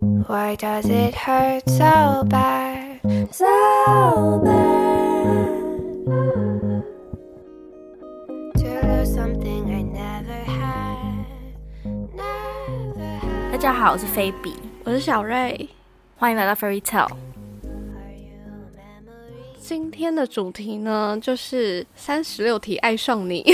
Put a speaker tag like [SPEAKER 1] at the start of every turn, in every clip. [SPEAKER 1] Why does it hurt so bad? So bad. To lose something I never had. Never
[SPEAKER 2] 大
[SPEAKER 1] had.
[SPEAKER 2] 家好，我是菲比，
[SPEAKER 3] 我是小瑞。
[SPEAKER 2] 欢迎来到 Fairy Tale。
[SPEAKER 1] Are you a memory?
[SPEAKER 3] 今天的主题呢，就是三十六题爱上你。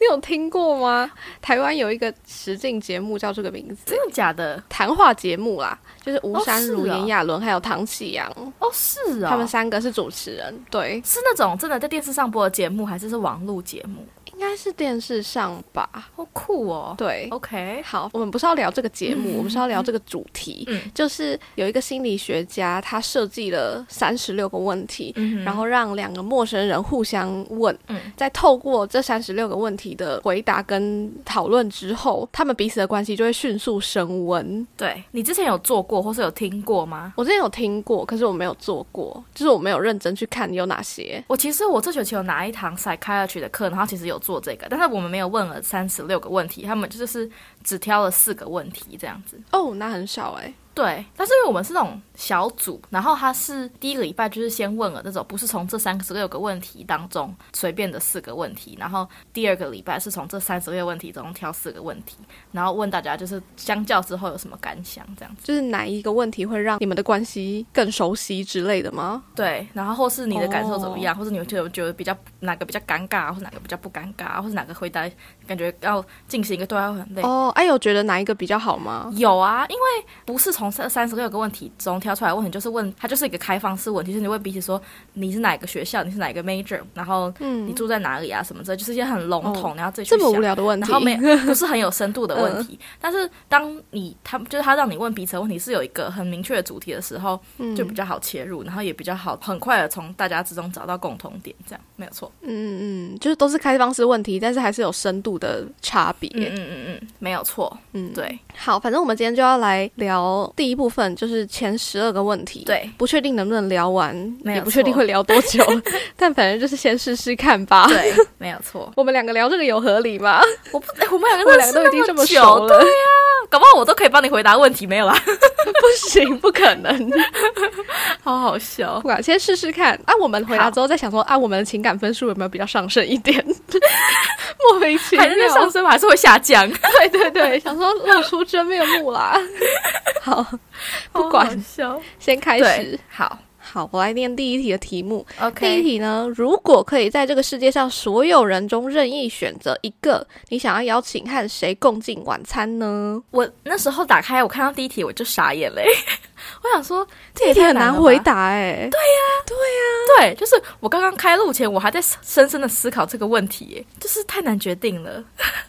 [SPEAKER 3] 你有听过吗？台湾有一个实境节目叫这个名字，
[SPEAKER 2] 真的假的？
[SPEAKER 3] 谈话节目啦，就是吴
[SPEAKER 2] 哦
[SPEAKER 3] 珊
[SPEAKER 2] 是
[SPEAKER 3] 如、
[SPEAKER 2] 哦
[SPEAKER 3] 炎亚纶还有唐启阳，
[SPEAKER 2] 哦，是啊、
[SPEAKER 3] 他们三个是主持人。对，
[SPEAKER 2] 是那种真的在电视上播的节目，还是是网络节目？
[SPEAKER 3] 应该是电视上吧？
[SPEAKER 2] 好酷哦。
[SPEAKER 3] 对。
[SPEAKER 2] OK，
[SPEAKER 3] 好，我们不是要聊这个节目，我们是要聊这个主题，
[SPEAKER 2] 嗯
[SPEAKER 3] 就是有一个心理学家，他设计了三十六个问题，
[SPEAKER 2] 嗯哼
[SPEAKER 3] 然后让两个陌生人互相问，
[SPEAKER 2] 嗯
[SPEAKER 3] 再透过这三十六个问题的回答跟讨论之后，他们彼此的关系就会迅速升温。
[SPEAKER 2] 对你之前有做过或是有听过吗？
[SPEAKER 3] 我之前有听过，可是我没有做过，就是我没有认真去看有哪些。
[SPEAKER 2] 我其实我这学期有拿一堂 psychiatry 的课，然后其实有做这个，但是我们没有问了三十六个问题，他们就是只挑了四个问题这样子。
[SPEAKER 3] 哦，那很少哎、
[SPEAKER 2] 对，但是因为我们是那种小组，然后他是第一个礼拜就是先问了那种，不是从这三十六个问题当中随便的四个问题，然后第二个礼拜是从这三十六个问题中挑四个问题，然后问大家就是相较之后有什么感想这样子。
[SPEAKER 3] 就是哪一个问题会让你们的关系更熟悉之类的吗？
[SPEAKER 2] 对，然后或是你的感受怎么样，或是你觉得觉得比较哪个比较尴尬，或是哪个比较不尴尬，或是哪个回答感觉要进行一个对话会很累。
[SPEAKER 3] 哦，哎、有觉得哪一个比较好吗？
[SPEAKER 2] 有啊，因为不是从三三十六个问题中挑出来的问题，就是问它就是一个开放式问题，就是你问彼此说你是哪个学校，你是哪个 major，然后你住在哪里啊什么之类，就是一些很笼统，然后自己去
[SPEAKER 3] 这么无
[SPEAKER 2] 想
[SPEAKER 3] 聊的问题，
[SPEAKER 2] 然后没不是很有深度的问题。但是当你他就是他让你问彼此的问题是有一个很明确的主题的时候，
[SPEAKER 3] 嗯
[SPEAKER 2] 就比较好切入，然后也比较好很快的从大家之中找到共同点，这样没有错。
[SPEAKER 3] 嗯嗯嗯，就是都是开放式问题，但是还是有深度的差别。
[SPEAKER 2] 嗯嗯嗯嗯，没有错。
[SPEAKER 3] 嗯，
[SPEAKER 2] 对
[SPEAKER 3] 好，反正我们今天就要来聊第一部分，就是前十二个问题。，
[SPEAKER 2] 对
[SPEAKER 3] 不确定能不能聊完，
[SPEAKER 2] 没有
[SPEAKER 3] 也不确定会聊多 久，但反正就是先试试看吧。
[SPEAKER 2] 对，没有错。
[SPEAKER 3] 我们两个聊这个有合理吗？
[SPEAKER 2] 我不，哎我们两
[SPEAKER 3] 我
[SPEAKER 2] 个认
[SPEAKER 3] 们两
[SPEAKER 2] 识
[SPEAKER 3] 个都已经这
[SPEAKER 2] 那么久
[SPEAKER 3] 熟了，
[SPEAKER 2] 对啊搞不好我都可以帮你回答问题，没有啊啦，
[SPEAKER 3] 不行，不可能。
[SPEAKER 2] 好好笑
[SPEAKER 3] 不。管，先试试看啊。我们回答
[SPEAKER 2] 好
[SPEAKER 3] 之后再想说啊，我们的情感分数有没有比较上升一点？ 莫名其妙
[SPEAKER 2] 还是在上升吗？还是会下降？
[SPEAKER 3] 对对对，想说露出真面目啦。 好，不 管
[SPEAKER 2] 好好笑。
[SPEAKER 3] 先开始
[SPEAKER 2] 对。，好
[SPEAKER 3] 好，我来念第一题的题目。第一
[SPEAKER 2] ，OK。
[SPEAKER 3] 题呢，如果可以在这个世界上所有人中任意选择一个，你想要邀请和谁共进晚餐呢？
[SPEAKER 2] 我那时候打开，我看到第一题我就傻眼嘞、 我想说
[SPEAKER 3] 这一题很啊难
[SPEAKER 2] 了吧
[SPEAKER 3] 回答哎、对，
[SPEAKER 2] 对，就是我刚刚开录前，我还在深深的思考这个问题耶，就是太难决定了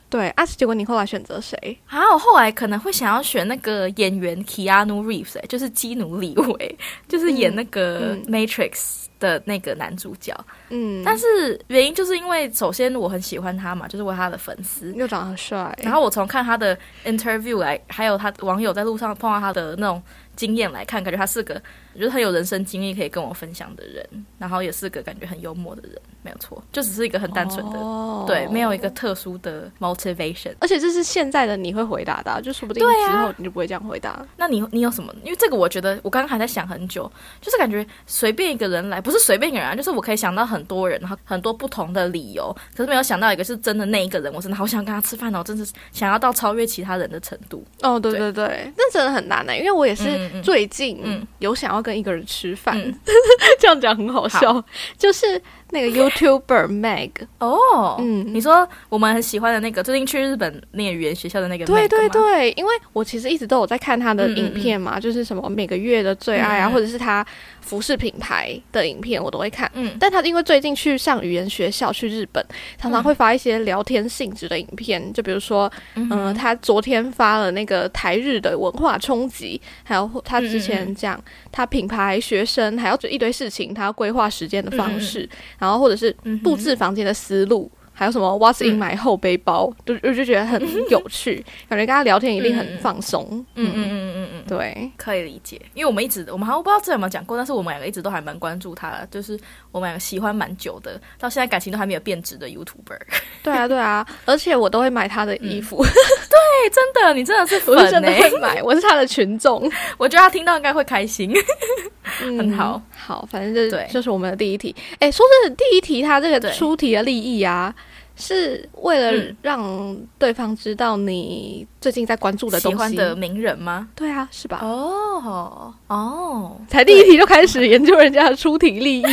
[SPEAKER 3] 对啊，结果你后来选择谁？
[SPEAKER 2] 啊！我后来可能会想要选那个演员 Keanu Reeves，耶就是基努里维， 就是演那个
[SPEAKER 3] 嗯
[SPEAKER 2] Matrix 的那个男主角。
[SPEAKER 3] 嗯，
[SPEAKER 2] 但是原因就是因为，首先我很喜欢他嘛，就是我他的粉丝。
[SPEAKER 3] 又长得很帅，
[SPEAKER 2] 然后我从看他的 interview 来，还有他网友在路上碰到他的那种经验来看，感觉他是个就是很有人生经历可以跟我分享的人，然后也是个感觉很幽默的人，没有错，就只是一个很单纯的，
[SPEAKER 3] 哦
[SPEAKER 2] 对，没有一个特殊的 motivation。
[SPEAKER 3] 而且这是现在的你会回答的啊、就说不定
[SPEAKER 2] 对啊
[SPEAKER 3] 之后你就不会这样回答。
[SPEAKER 2] 那你你有什么？因为这个，我觉得我刚刚还在想很久，就是感觉随便一个人来，不是随便一个人、啊，就是我可以想到很多人，然后很多不同的理由，可是没有想到一个是真的那一个人，我真的好想跟他吃饭哦，真的是想要到超越其他人的程度。
[SPEAKER 3] 哦，对对对，那真的很难呢、欸因为我也
[SPEAKER 2] 嗯
[SPEAKER 3] 是
[SPEAKER 2] 嗯
[SPEAKER 3] 最近
[SPEAKER 2] 嗯
[SPEAKER 3] 有想要跟一个人吃饭，
[SPEAKER 2] 嗯
[SPEAKER 3] 这样讲很好笑，就是 那个 YouTuber Meg，
[SPEAKER 2] 哦，
[SPEAKER 3] 嗯
[SPEAKER 2] 你说我们很喜欢的那个，最近去日本念语言学校的那个，
[SPEAKER 3] 对对，对，因为我其实一直都有在看他的
[SPEAKER 2] 嗯嗯
[SPEAKER 3] 影片嘛，就是什么每个月的最爱啊，
[SPEAKER 2] 嗯嗯
[SPEAKER 3] 或者是他服饰品牌的影片，我都会看。
[SPEAKER 2] 嗯，
[SPEAKER 3] 但他因为最近去上语言学校，去日本，常常会发一些聊天性质的影片，就比如说，
[SPEAKER 2] 嗯
[SPEAKER 3] 嗯、他昨天发了那个台日的文化冲击，还有他之
[SPEAKER 2] 嗯
[SPEAKER 3] 前讲他品牌学生，还有就一堆事情，他要规划时间的方式，然后或者是
[SPEAKER 2] 嗯嗯哼
[SPEAKER 3] 布置房间的思路。还有什么 What's in my 后背包，就
[SPEAKER 2] 嗯
[SPEAKER 3] 我就觉得很有 趣，感觉跟他聊天一定很放松。
[SPEAKER 2] 嗯嗯嗯嗯嗯嗯。
[SPEAKER 3] 对，
[SPEAKER 2] 可以理解，因为我们一直，我们好像不知道这有没有讲过，但是我们两个一直都还蛮关注他的，就是我们两个喜欢蛮久的，到 现在感情都还没有变质的 YouTuber。嗯
[SPEAKER 3] 对啊，对啊，而且我都会买他的衣服，
[SPEAKER 2] 真的，你真的是粉 欸
[SPEAKER 3] 我
[SPEAKER 2] 呢、
[SPEAKER 3] 是真的会买，我是他的群众，
[SPEAKER 2] 我觉得他听到应该会开心。
[SPEAKER 3] 很
[SPEAKER 2] 好。
[SPEAKER 3] 嗯好，反正这
[SPEAKER 2] 对
[SPEAKER 3] 就是我们的第一题。哎，说真的，第一题它这个
[SPEAKER 2] 对
[SPEAKER 3] 出题的立意啊，是为了
[SPEAKER 2] 嗯
[SPEAKER 3] 让对方知道你最近在关注的东
[SPEAKER 2] 喜
[SPEAKER 3] 西。
[SPEAKER 2] 欢的名人吗？
[SPEAKER 3] 对啊，是吧？
[SPEAKER 2] 哦哦，
[SPEAKER 3] 才第一题就开始研究人家的出题立意，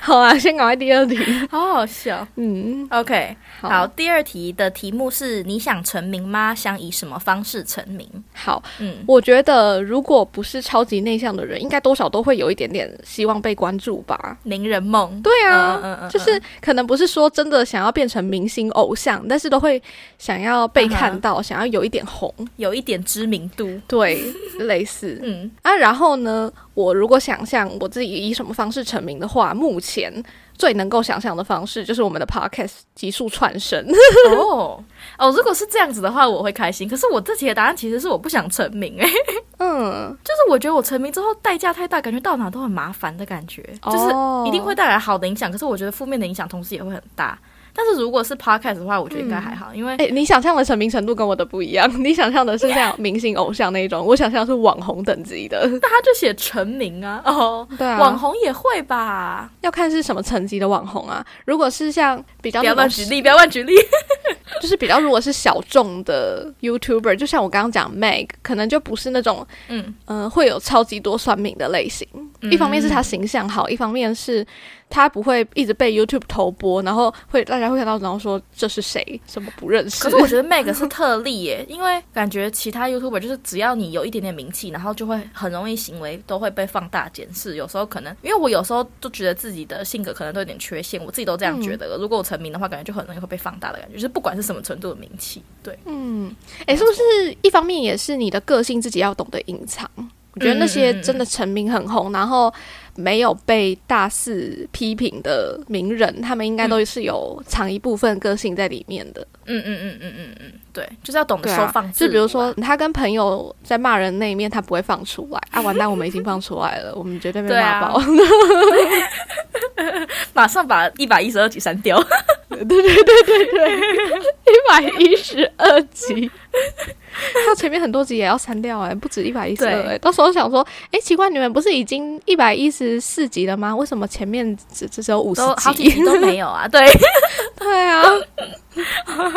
[SPEAKER 3] 好啊，先搞快第二题。
[SPEAKER 2] 好好笑。
[SPEAKER 3] 嗯，
[SPEAKER 2] OK，
[SPEAKER 3] 好
[SPEAKER 2] 好，第二题的题目是你想成名吗？想以什么方式成名？
[SPEAKER 3] 好
[SPEAKER 2] 嗯，
[SPEAKER 3] 我觉得如果不是超级内向的人，应该多少都会有一点点希望被关注吧。
[SPEAKER 2] 名人梦。
[SPEAKER 3] 对啊，
[SPEAKER 2] 嗯嗯嗯
[SPEAKER 3] 就是可能不是说真的想要变成明星偶像，但是都会想要被
[SPEAKER 2] 嗯哼
[SPEAKER 3] 看到，想要有一点红，
[SPEAKER 2] 有一点知名度。
[SPEAKER 3] 对，类似
[SPEAKER 2] 嗯，
[SPEAKER 3] 啊。然后呢，我如果想象我自己以什么方式成名的话，目前最能够想象的方式就是我们的 podcast 极速串升。
[SPEAKER 2] 哦 哦，如果是这样子的话，我会开心。可是我自己的答案其实是我不想成名、哎，
[SPEAKER 3] 嗯，
[SPEAKER 2] 就是我觉得我成名之后代价太大，感觉到哪都很麻烦的感觉，就是
[SPEAKER 3] 哦
[SPEAKER 2] 一定会带来好的影响，可是我觉得负面的影响同时也会很大。但是如果是 podcast 的话，我觉得应该还好，因为
[SPEAKER 3] 哎、你想象的成名程度跟我的不一样，你想象的是像明星偶像那一种，我想象是网红等级的。
[SPEAKER 2] 那他就写成名啊，哦，
[SPEAKER 3] 对啊，
[SPEAKER 2] 网红也会吧？
[SPEAKER 3] 要看是什么层级的网红啊。如果是像比较
[SPEAKER 2] 不
[SPEAKER 3] 那
[SPEAKER 2] 要
[SPEAKER 3] 种
[SPEAKER 2] 乱举例，不要乱举例。
[SPEAKER 3] 就是比较如果是小众的 YouTuber，就像我刚刚讲 Meg，可能就不是那种
[SPEAKER 2] 嗯，
[SPEAKER 3] 嗯、呃会有超级多算命的类型。一方面是他
[SPEAKER 2] 嗯
[SPEAKER 3] 形象好，一方面是他不会一直被 YouTube 投播，然后会大家会看到，然后说这是谁，什么不认识。
[SPEAKER 2] 可是我觉得 Meg 是特例耶，因为感觉其他 YouTuber 就是只要你有一点点名气，然后就会很容易行为都会被放大检视。有时候可能，因为我有时候就觉得自己的性格可能都有点缺陷，我自己都这样觉得了。如果我成名的话，感觉就很容易会被放大的感觉，就是不管是什么程度的名气，对，
[SPEAKER 3] 嗯，哎、是不是一方面也是你的个性自己要懂得隐藏？我觉得那些
[SPEAKER 2] 嗯嗯嗯
[SPEAKER 3] 真的成名很红，然后没有被大肆批评的名人，他们应该都是有藏一部分个性在里面的。
[SPEAKER 2] 嗯嗯嗯嗯嗯嗯，对，就是要懂得
[SPEAKER 3] 对
[SPEAKER 2] 收
[SPEAKER 3] 啊
[SPEAKER 2] 放自
[SPEAKER 3] 就
[SPEAKER 2] 如吧、
[SPEAKER 3] 比如说他跟朋友在骂人那一面，他不会放出来啊，完蛋，我们已经放出来了，我 们绝对被
[SPEAKER 2] 对
[SPEAKER 3] 骂
[SPEAKER 2] 啊
[SPEAKER 3] 爆。
[SPEAKER 2] 马上把一百一十二集删掉。
[SPEAKER 3] 对对对对对，一百一十二集，他前面很多集也要删掉哎、不止一百一十二
[SPEAKER 2] 对
[SPEAKER 3] 哎，到时候想说，哎、奇怪，你们不是已经一百一十四集了吗？为什么前面只只只有五十
[SPEAKER 2] 都好几
[SPEAKER 3] 集？
[SPEAKER 2] 集都没有啊，对，
[SPEAKER 3] 对 啊，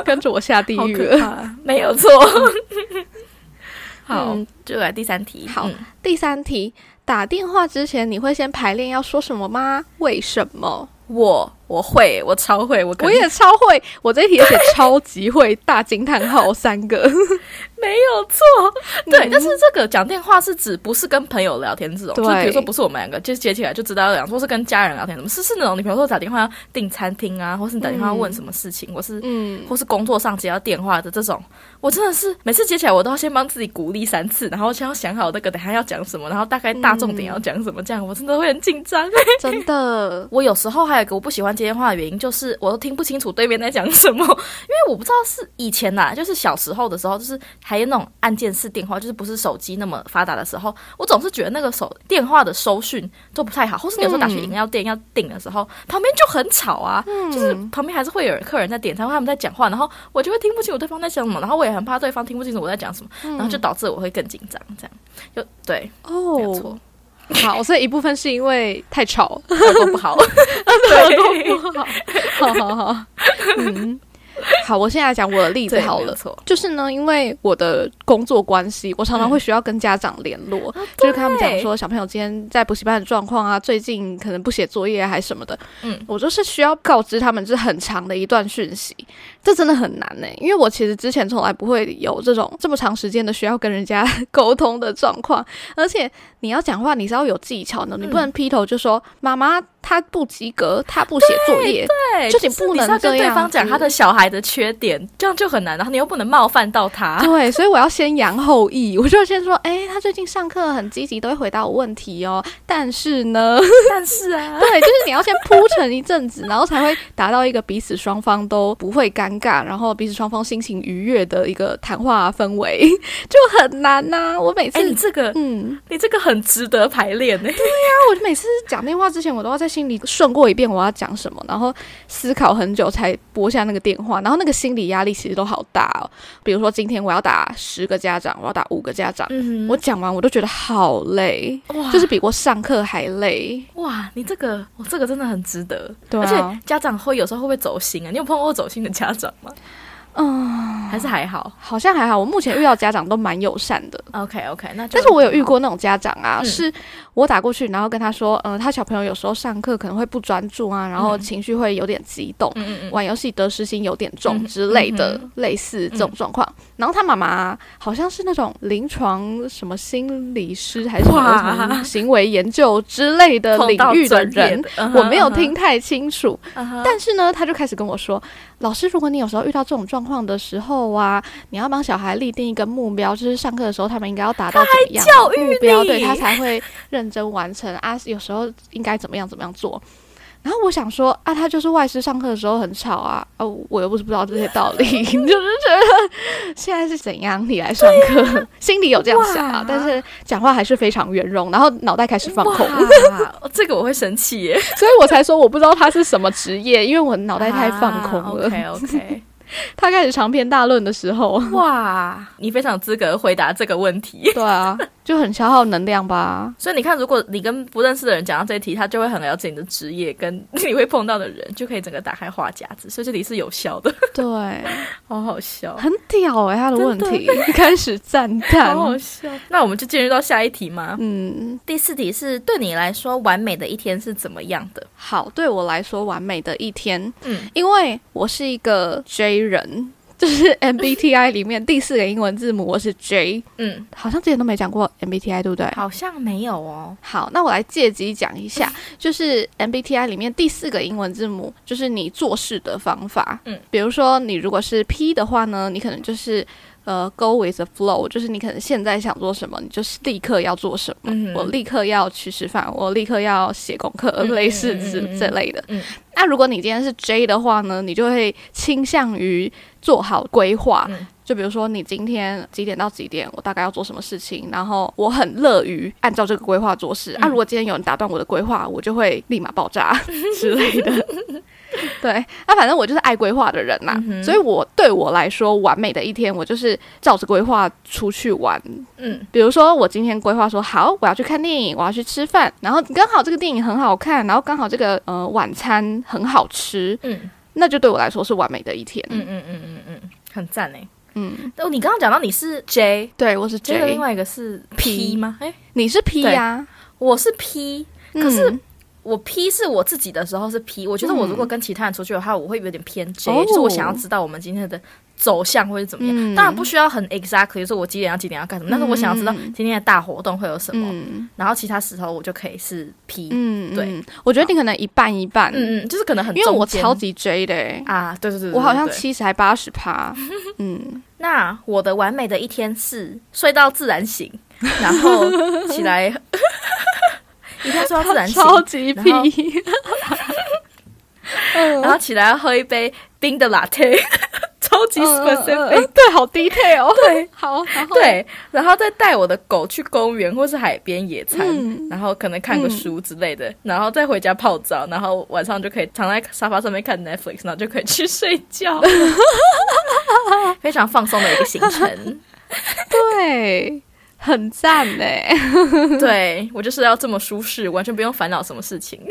[SPEAKER 3] 跟着我下地狱了。
[SPEAKER 2] 怕，没有错。好，
[SPEAKER 3] 嗯
[SPEAKER 2] 就来第三题。
[SPEAKER 3] 好
[SPEAKER 2] 嗯
[SPEAKER 3] 第三题，打电话之前你会先排练要说什么吗？为什么？
[SPEAKER 2] 我我会，我超会，我肯
[SPEAKER 3] 我
[SPEAKER 2] 定
[SPEAKER 3] 也超会，我这一题而且超级会，大惊叹号三个。
[SPEAKER 2] 没有错。
[SPEAKER 3] 嗯
[SPEAKER 2] 对，但是这个讲电话是指不是跟朋友聊天这种，
[SPEAKER 3] 对
[SPEAKER 2] 就比如说不是我们两个，就是接起来就知道要讲说是跟家人聊天什么，是是那种你比如说打电话要订餐厅啊，或是你打电话要问什么事情，或是
[SPEAKER 3] 嗯，
[SPEAKER 2] 或是工作上接到电话的这种，我真的是每次接起来我都要先帮自己鼓励三次，然后先要想好那个等一下要讲什么，然后大概大重
[SPEAKER 3] 嗯
[SPEAKER 2] 点要讲什么，这样我真的会很紧张。
[SPEAKER 3] 真 的，
[SPEAKER 2] 我有时候还有一个我不喜欢接电话的原因，就是我都听不清楚对面在讲什么，因为我不知道是以前呐、就是小时候的时候，就是还有那种按键式电话，就是不是手机那么发达的时候，我总是觉得那个手电话的收讯都不太好，或是有时候打去饮料店要订的时候，旁边就很吵啊，
[SPEAKER 3] 嗯
[SPEAKER 2] 就是旁边还是会有人客人在点餐，他们在讲话，然后我就会听不清楚对方在讲什么，然后我也很怕对方听不清楚我在讲什么，
[SPEAKER 3] 嗯
[SPEAKER 2] 然后就导致我会更紧张，这样就对，没有错
[SPEAKER 3] 哦，，好，所以一部分是因为 太吵，
[SPEAKER 2] 耳朵不好，
[SPEAKER 3] 耳朵不好， 好好好，嗯，好，我现在讲我的例子
[SPEAKER 2] 对，
[SPEAKER 3] 好
[SPEAKER 2] 没有
[SPEAKER 3] 了。
[SPEAKER 2] 错。
[SPEAKER 3] 就是呢，因为我的工作关系，我常常会需要跟家长联络，就是跟他们讲说小朋友今天在补习班的状况啊，最近可能不写作业啊还是什么的。
[SPEAKER 2] 嗯
[SPEAKER 3] 我就是需要告知他们这很长的一段讯息，这真的很难呢、因为我其实之前从来不会有这种这么长时间的需要跟人家 沟通的状况，而且你要讲话你是要有技巧的，你不能劈头就说妈妈她不及格，她不写作业，
[SPEAKER 2] 对，
[SPEAKER 3] 就是你
[SPEAKER 2] 是
[SPEAKER 3] 不
[SPEAKER 2] 你
[SPEAKER 3] 能
[SPEAKER 2] 是要跟
[SPEAKER 3] 这
[SPEAKER 2] 对
[SPEAKER 3] 样
[SPEAKER 2] 方讲
[SPEAKER 3] 子
[SPEAKER 2] 他的小孩的缺点，这样就很难，然后你又不能冒犯到他。
[SPEAKER 3] 对，所以我要先扬后抑， 我就要先说，哎、他最近上课很积极，都会回答我问题哦。但是 呢，
[SPEAKER 2] 但是 啊，
[SPEAKER 3] 对，就是你要先铺陈一阵子，然后才会达到一个彼此双方都不会尴尬，然后彼此双方心情愉悦的一个谈话氛围， 就很难呐、我每次
[SPEAKER 2] 哎、，你这个
[SPEAKER 3] 嗯，
[SPEAKER 2] 你这个很值得排练呢、
[SPEAKER 3] 那我就每次讲电话之前，我都要再心里顺过一遍我要讲什么，然后思考很久才拨下那个电话，然后那个心理压力其实都好大哦。比如说今天我要打十个家长，我要打五个家长，
[SPEAKER 2] 嗯哼，
[SPEAKER 3] 我讲完我都觉得好累，
[SPEAKER 2] 哇，
[SPEAKER 3] 就是比我上课还累。
[SPEAKER 2] 哇，你这个，我这个真的很值得。
[SPEAKER 3] 对
[SPEAKER 2] 而
[SPEAKER 3] 啊
[SPEAKER 2] 且，家长会有时候会不会走心啊？你有碰过走心的家长吗？
[SPEAKER 3] 嗯，
[SPEAKER 2] 还是还好
[SPEAKER 3] 好像还好，我目前遇到家长都蛮友善的。
[SPEAKER 2] ？OK OK，那就
[SPEAKER 3] 但是我有遇过那种家长
[SPEAKER 2] 啊
[SPEAKER 3] 啊，
[SPEAKER 2] 嗯
[SPEAKER 3] 是我打过去，然后跟他说，嗯、他小朋友有时候上课可能会不专注啊，然后
[SPEAKER 2] 嗯
[SPEAKER 3] 情绪会有点激动，
[SPEAKER 2] 嗯嗯嗯，
[SPEAKER 3] 玩游戏得失心有点重
[SPEAKER 2] 嗯
[SPEAKER 3] 之类的
[SPEAKER 2] 嗯，哼嗯
[SPEAKER 3] 类似这种状况。然后他妈妈好像是那种临床什么心理师还是什么
[SPEAKER 2] 哇
[SPEAKER 3] 什么行为研究之类的
[SPEAKER 2] 碰
[SPEAKER 3] 领
[SPEAKER 2] 到
[SPEAKER 3] 域的
[SPEAKER 2] 专业
[SPEAKER 3] 人。
[SPEAKER 2] 的，嗯哼
[SPEAKER 3] 我没有听，太清楚，
[SPEAKER 2] 嗯哼
[SPEAKER 3] 但是呢，他就开始跟我说，老师，如果你有时候遇到这种状况的时候啊，你要帮小孩立定一个目标，就是上课的时候他们应该要达到怎么样的
[SPEAKER 2] 教育
[SPEAKER 3] 目标，
[SPEAKER 2] 你
[SPEAKER 3] 对他才会认真完成啊。有时候应该怎么样怎么样做。然后我想说啊，他就是外师上课的时候很吵啊，啊，我又不是不知道这些道理， 就是觉得现在是怎样你来上课，心里有这样想啊
[SPEAKER 2] 哇，
[SPEAKER 3] 但是讲话还是非常圆融，然后脑袋开始放空，
[SPEAKER 2] 哇，哦这个我会生气耶，
[SPEAKER 3] 所以我才说我不知道他是什么职业，因为我脑袋太放空了。
[SPEAKER 2] 啊 OK OK，
[SPEAKER 3] 他开始长篇大论的时候，
[SPEAKER 2] 哇，你非常有资格回答这个问题。
[SPEAKER 3] 对啊，就很消耗能量吧。
[SPEAKER 2] 所以你看，如果你跟不认识的人讲到这一题，他就会很了解你的职业跟你会碰到的人，就可以整个打开话匣子。所以这题是有效的，
[SPEAKER 3] 对，
[SPEAKER 2] 好好笑，
[SPEAKER 3] 很屌哎、他的问
[SPEAKER 2] 真的
[SPEAKER 3] 题一开始赞叹
[SPEAKER 2] 好。好笑。那我们就进入到下一题吗？
[SPEAKER 3] 嗯，
[SPEAKER 2] 第四题是对你来说完美的一天是怎么样的？
[SPEAKER 3] 好，对我来说完美的一天，
[SPEAKER 2] 嗯，
[SPEAKER 3] 因为我是一个 J 人，就是 MBTI 里面第四个英文字母，我是 J，
[SPEAKER 2] 嗯，
[SPEAKER 3] 好像之前都没讲过 MBTI，对不对？
[SPEAKER 2] 好像没有哦。
[SPEAKER 3] 好，那我来借机讲一下，就是 MBTI 里面第四个英文字母，就是你做事的方法。
[SPEAKER 2] 嗯，
[SPEAKER 3] 比如说你如果是 P 的话呢，你可能就是呃 go with the flow，就是你可能现在想做什么，你就是立刻要做什么。
[SPEAKER 2] 嗯
[SPEAKER 3] 我立刻要去吃饭，我立刻要写功课，
[SPEAKER 2] 嗯
[SPEAKER 3] 类似
[SPEAKER 2] 嗯嗯
[SPEAKER 3] 之
[SPEAKER 2] 嗯嗯
[SPEAKER 3] 这类的。
[SPEAKER 2] 嗯
[SPEAKER 3] 那如果你今天是 J 的话呢，你就会倾向于做好规划，
[SPEAKER 2] 嗯
[SPEAKER 3] 就比如说你今天几点到几点，我大概要做什么事情，然后我很乐于按照这个规划做事。啊，
[SPEAKER 2] 嗯
[SPEAKER 3] 如果今天有人打断我的规划，我就会立马 爆炸之类的。 对，啊，反正我就是爱规划的人啦、
[SPEAKER 2] 嗯哼
[SPEAKER 3] 所以我对我来说，完美的一天，我就是照着规划出去玩。
[SPEAKER 2] 嗯
[SPEAKER 3] 比如说，我今天规划说好，我要去看电影，我要去吃饭，然后刚好这个电影很好看，然后刚好这个呃晚餐很好吃，
[SPEAKER 2] 嗯
[SPEAKER 3] 那就对我来说是完美的一天。
[SPEAKER 2] 嗯嗯嗯嗯嗯，很赞哎。
[SPEAKER 3] 嗯，
[SPEAKER 2] 哦，你刚刚讲到你是 J，
[SPEAKER 3] 对，我是
[SPEAKER 2] J 的另
[SPEAKER 3] J，
[SPEAKER 2] 外一个是
[SPEAKER 3] P
[SPEAKER 2] P 吗？哎，
[SPEAKER 3] 你是 P
[SPEAKER 2] 对
[SPEAKER 3] 呀、
[SPEAKER 2] 我是 P，
[SPEAKER 3] 可
[SPEAKER 2] 是
[SPEAKER 3] 嗯、
[SPEAKER 2] 我 P 是我自己的时候是 P，我觉得我如果跟其他人出去的话，我会有点偏 J，、
[SPEAKER 3] 哦
[SPEAKER 2] 就是我想要知道我们今天的走向会是怎么样。
[SPEAKER 3] 嗯
[SPEAKER 2] 当然不需要很 exactly，说我几点要几点要干什么，但是我想要知道今天的大活动会有什么，
[SPEAKER 3] 嗯
[SPEAKER 2] 然后其他时候我就可以是 P。嗯
[SPEAKER 3] 嗯，
[SPEAKER 2] 对
[SPEAKER 3] 嗯，我觉得你可能一半一半，
[SPEAKER 2] 嗯就是可能很
[SPEAKER 3] 因为我
[SPEAKER 2] 中间
[SPEAKER 3] 超级 J 的、欸，
[SPEAKER 2] 啊，对对对对
[SPEAKER 3] 我好像
[SPEAKER 2] 对对
[SPEAKER 3] 七十还八 十趴，嗯，
[SPEAKER 2] 那我的完美的一天是睡到自然 醒，然后起来， 一定要睡到自然醒，
[SPEAKER 3] 超级嗯
[SPEAKER 2] 然后
[SPEAKER 3] P，嗯
[SPEAKER 2] 然后起来要喝一杯冰的 latte，超 级 specific。
[SPEAKER 3] 嗯嗯嗯对，好 detail，对， 好，然后，
[SPEAKER 2] 对，然后再带我的狗去公园或是海边野餐，
[SPEAKER 3] 嗯
[SPEAKER 2] 然后可能看个书之类的，然后再回家泡澡，然后晚上就可以躺在沙发上面看 Netflix，然后就可以去睡 觉，非常放松的一个行 程。
[SPEAKER 3] 对，很赞呢、
[SPEAKER 2] 对我就是要这么舒适，完全不用烦恼什么事 情。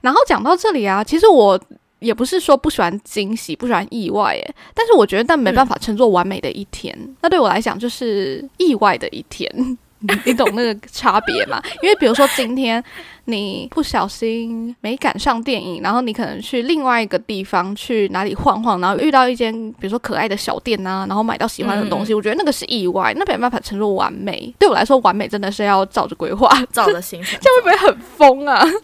[SPEAKER 3] 然后讲到这里啊，其实我。也不是说不喜欢惊喜，不喜欢意外，耶，但是我觉得但没办法称作完美的一天。那对我来讲就是意外的一天， 你懂那个差别吗？因为比如说今天你不小心没赶上电影，然后你可能去另外一个地方去哪里晃晃，然后遇到一间比如说可爱的小店呐、然后买到喜欢的东西，我觉得那个是意外，那没办法称作完美。对我来说，完美真的是要照着规 划，
[SPEAKER 2] 照着行程
[SPEAKER 3] 这样会不会很疯啊？
[SPEAKER 2] 走，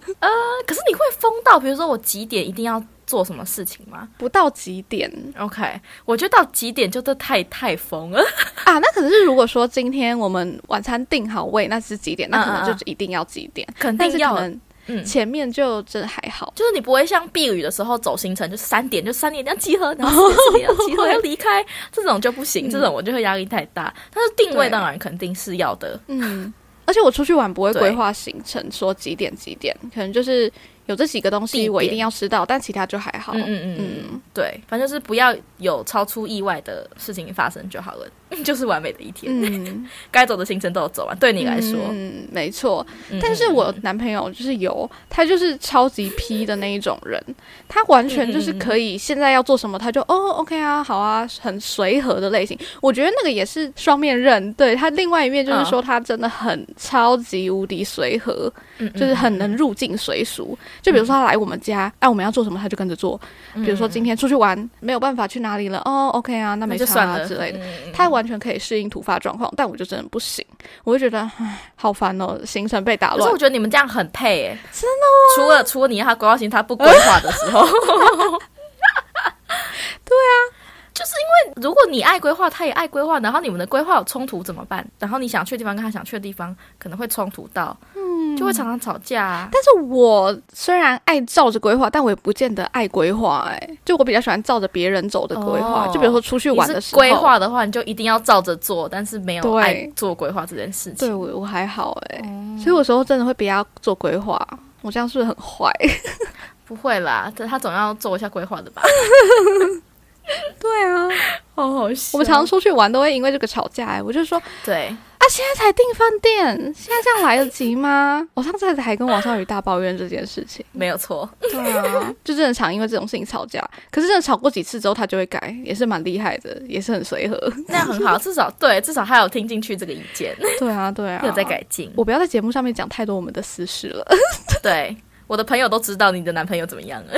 [SPEAKER 2] 可是你会疯到，比如说我几点一定要做什么事情吗
[SPEAKER 3] 不到几点，
[SPEAKER 2] ？OK，我觉得到几点就都太太疯 了。
[SPEAKER 3] 啊，那可是如果说今天我们晚餐定好位，那是几点？那可
[SPEAKER 2] 嗯嗯
[SPEAKER 3] 能
[SPEAKER 2] 嗯
[SPEAKER 3] 就一定要几点，
[SPEAKER 2] 肯
[SPEAKER 3] 但是
[SPEAKER 2] 定要
[SPEAKER 3] 可能
[SPEAKER 2] 嗯
[SPEAKER 3] 前面就真还好。
[SPEAKER 2] 就是你不会像避雨的时候走行程，就是三点就三点要集合，然后四 点要集合要离开，这种就不
[SPEAKER 3] 嗯
[SPEAKER 2] 行，这种我就会压力太大。但是定位
[SPEAKER 3] 对
[SPEAKER 2] 当然肯定是要的，
[SPEAKER 3] 嗯嗯，而且我出去玩不会
[SPEAKER 2] 对
[SPEAKER 3] 规划行程，说几点几点，可能就是有这几个东
[SPEAKER 2] 地
[SPEAKER 3] 西
[SPEAKER 2] 点
[SPEAKER 3] 我一定要吃到，但其他就还好。
[SPEAKER 2] 嗯嗯嗯嗯，
[SPEAKER 3] 嗯
[SPEAKER 2] 对，反正就是不要有超出意外的事情发生就好了， 就是完美的一天。
[SPEAKER 3] 嗯，
[SPEAKER 2] 该走的行程都有走完，对你来说，
[SPEAKER 3] 嗯，没错。
[SPEAKER 2] 嗯
[SPEAKER 3] 但是
[SPEAKER 2] 嗯
[SPEAKER 3] 我男朋友就是有，他就是超级 P 的那一种人，他完全
[SPEAKER 2] 嗯
[SPEAKER 3] 就是可以现在要做什么，他就哦 OK 啊，好啊，很随和的类型。我觉得那个也是双面刃，对他另外一面就是说他真的很超级无敌随和，
[SPEAKER 2] 嗯嗯
[SPEAKER 3] 就是很能入境随俗。就比如说他来我们家，哎、我们要做什么他就跟着做。
[SPEAKER 2] 嗯
[SPEAKER 3] 比如说今天出去玩没有办法去哪里了，哦 OK 啊，那
[SPEAKER 2] 嗯那
[SPEAKER 3] 没
[SPEAKER 2] 就
[SPEAKER 3] 差
[SPEAKER 2] 算
[SPEAKER 3] 啊
[SPEAKER 2] 了
[SPEAKER 3] 之类的。
[SPEAKER 2] 嗯
[SPEAKER 3] 他完全可以适应突发状况，但我就真的不行，我就觉得唉，好烦哦，行程被打
[SPEAKER 2] 可是
[SPEAKER 3] 乱
[SPEAKER 2] 我。觉得你们这样很配诶，真的、除了除了你让他规划行他不规划的时候， 对啊，就是因为如果你爱规划，他也爱规划，然后你们的规划有冲突怎么办？然后你想去的地方跟他想去的地方可能会冲突到，嗯，就会常常吵架、啊。
[SPEAKER 3] 但是我虽然爱照着规划，但我也不见得爱规划、哎，就我比较喜欢照着别人走的规划，
[SPEAKER 2] 哦
[SPEAKER 3] 就比如说出去玩的
[SPEAKER 2] 你是
[SPEAKER 3] 时候，
[SPEAKER 2] 规，划的话，你就一定要照着做，但是没有
[SPEAKER 3] 对
[SPEAKER 2] 爱做规划这件事情
[SPEAKER 3] 对。我我还好、哎、所以有时候真的会比较做规划，我这样是不是很坏？
[SPEAKER 2] 不会啦，但他总要做一下规划的吧？
[SPEAKER 3] 对啊，
[SPEAKER 2] 好好笑
[SPEAKER 3] 我们常常出去玩都会因为这个吵架、哎，我就说
[SPEAKER 2] 对，
[SPEAKER 3] 啊，现在才订饭店，现在这样来得及吗？我上次还跟王少宇大抱怨这件事情。
[SPEAKER 2] 没有错。
[SPEAKER 3] 对啊， 就真的常因为这种事情吵架。可是真的吵过几次之后，他就会改，也是蛮厉害的，也是很随和。
[SPEAKER 2] 那样很好，至少对，至少他有听进去这个意见，
[SPEAKER 3] 对啊，对啊，
[SPEAKER 2] 有在。改进。
[SPEAKER 3] 我不要在节目上面讲太多我们的私事了。
[SPEAKER 2] 对，我的朋友都知道你的男朋友怎么样了。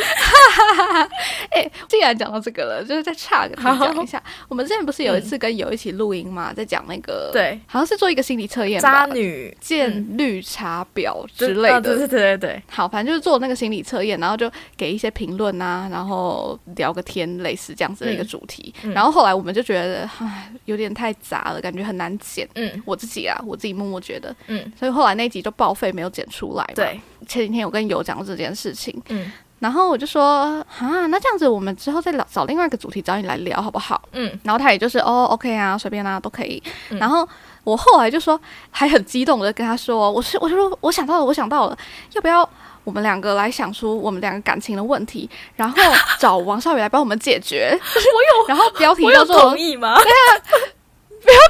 [SPEAKER 3] 哎、既然讲到这个了，就是再岔个题讲一下。我们之前不是有一次跟友一起录音嘛，在讲那个，
[SPEAKER 2] 嗯对，
[SPEAKER 3] 好像是做一个心理测验吧，
[SPEAKER 2] 渣女
[SPEAKER 3] 见绿茶婊
[SPEAKER 2] 就
[SPEAKER 3] 之类
[SPEAKER 2] 啊
[SPEAKER 3] 的。
[SPEAKER 2] 对对对对对，
[SPEAKER 3] 好，反正就是做那个心理测验，然后就给一些评论啊，然后聊个天，类似这样子的一个主题。
[SPEAKER 2] 嗯嗯
[SPEAKER 3] 然后后来我们就觉得，唉，有点太杂了，感觉很难剪。
[SPEAKER 2] 嗯
[SPEAKER 3] 我自己啊，我自己默默觉得，
[SPEAKER 2] 嗯，
[SPEAKER 3] 所以后来那集就报废，没有剪出来。
[SPEAKER 2] 对，，
[SPEAKER 3] 前几天有跟友讲过这件事情，
[SPEAKER 2] 嗯
[SPEAKER 3] 然后我就说，啊，那这样子我们之后再聊，找另外一个主题找你来聊好不好？
[SPEAKER 2] 嗯，
[SPEAKER 3] 然后他也就是哦，OK 啊，随便啊，都可以。
[SPEAKER 2] 嗯
[SPEAKER 3] 然后我后来就说，还很激动的跟他说，我是我就说我想到了，我想到了，要不要我们两个来想出我们两个感情的问题，然后找王少宇来帮我们 解决。
[SPEAKER 2] 我有
[SPEAKER 3] 然后标题
[SPEAKER 2] 我
[SPEAKER 3] 叫
[SPEAKER 2] 有
[SPEAKER 3] 做标
[SPEAKER 2] 同意吗？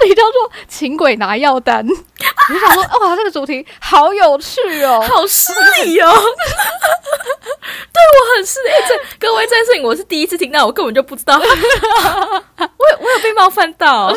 [SPEAKER 3] 题叫做“请鬼拿药单”， 我就想说，哇，这个主题好有趣哦。
[SPEAKER 2] 哎好失礼 哦，对我很失礼。哎这各位这件事情我是第一次听到，我根本就不知道，我 有我有被冒犯到。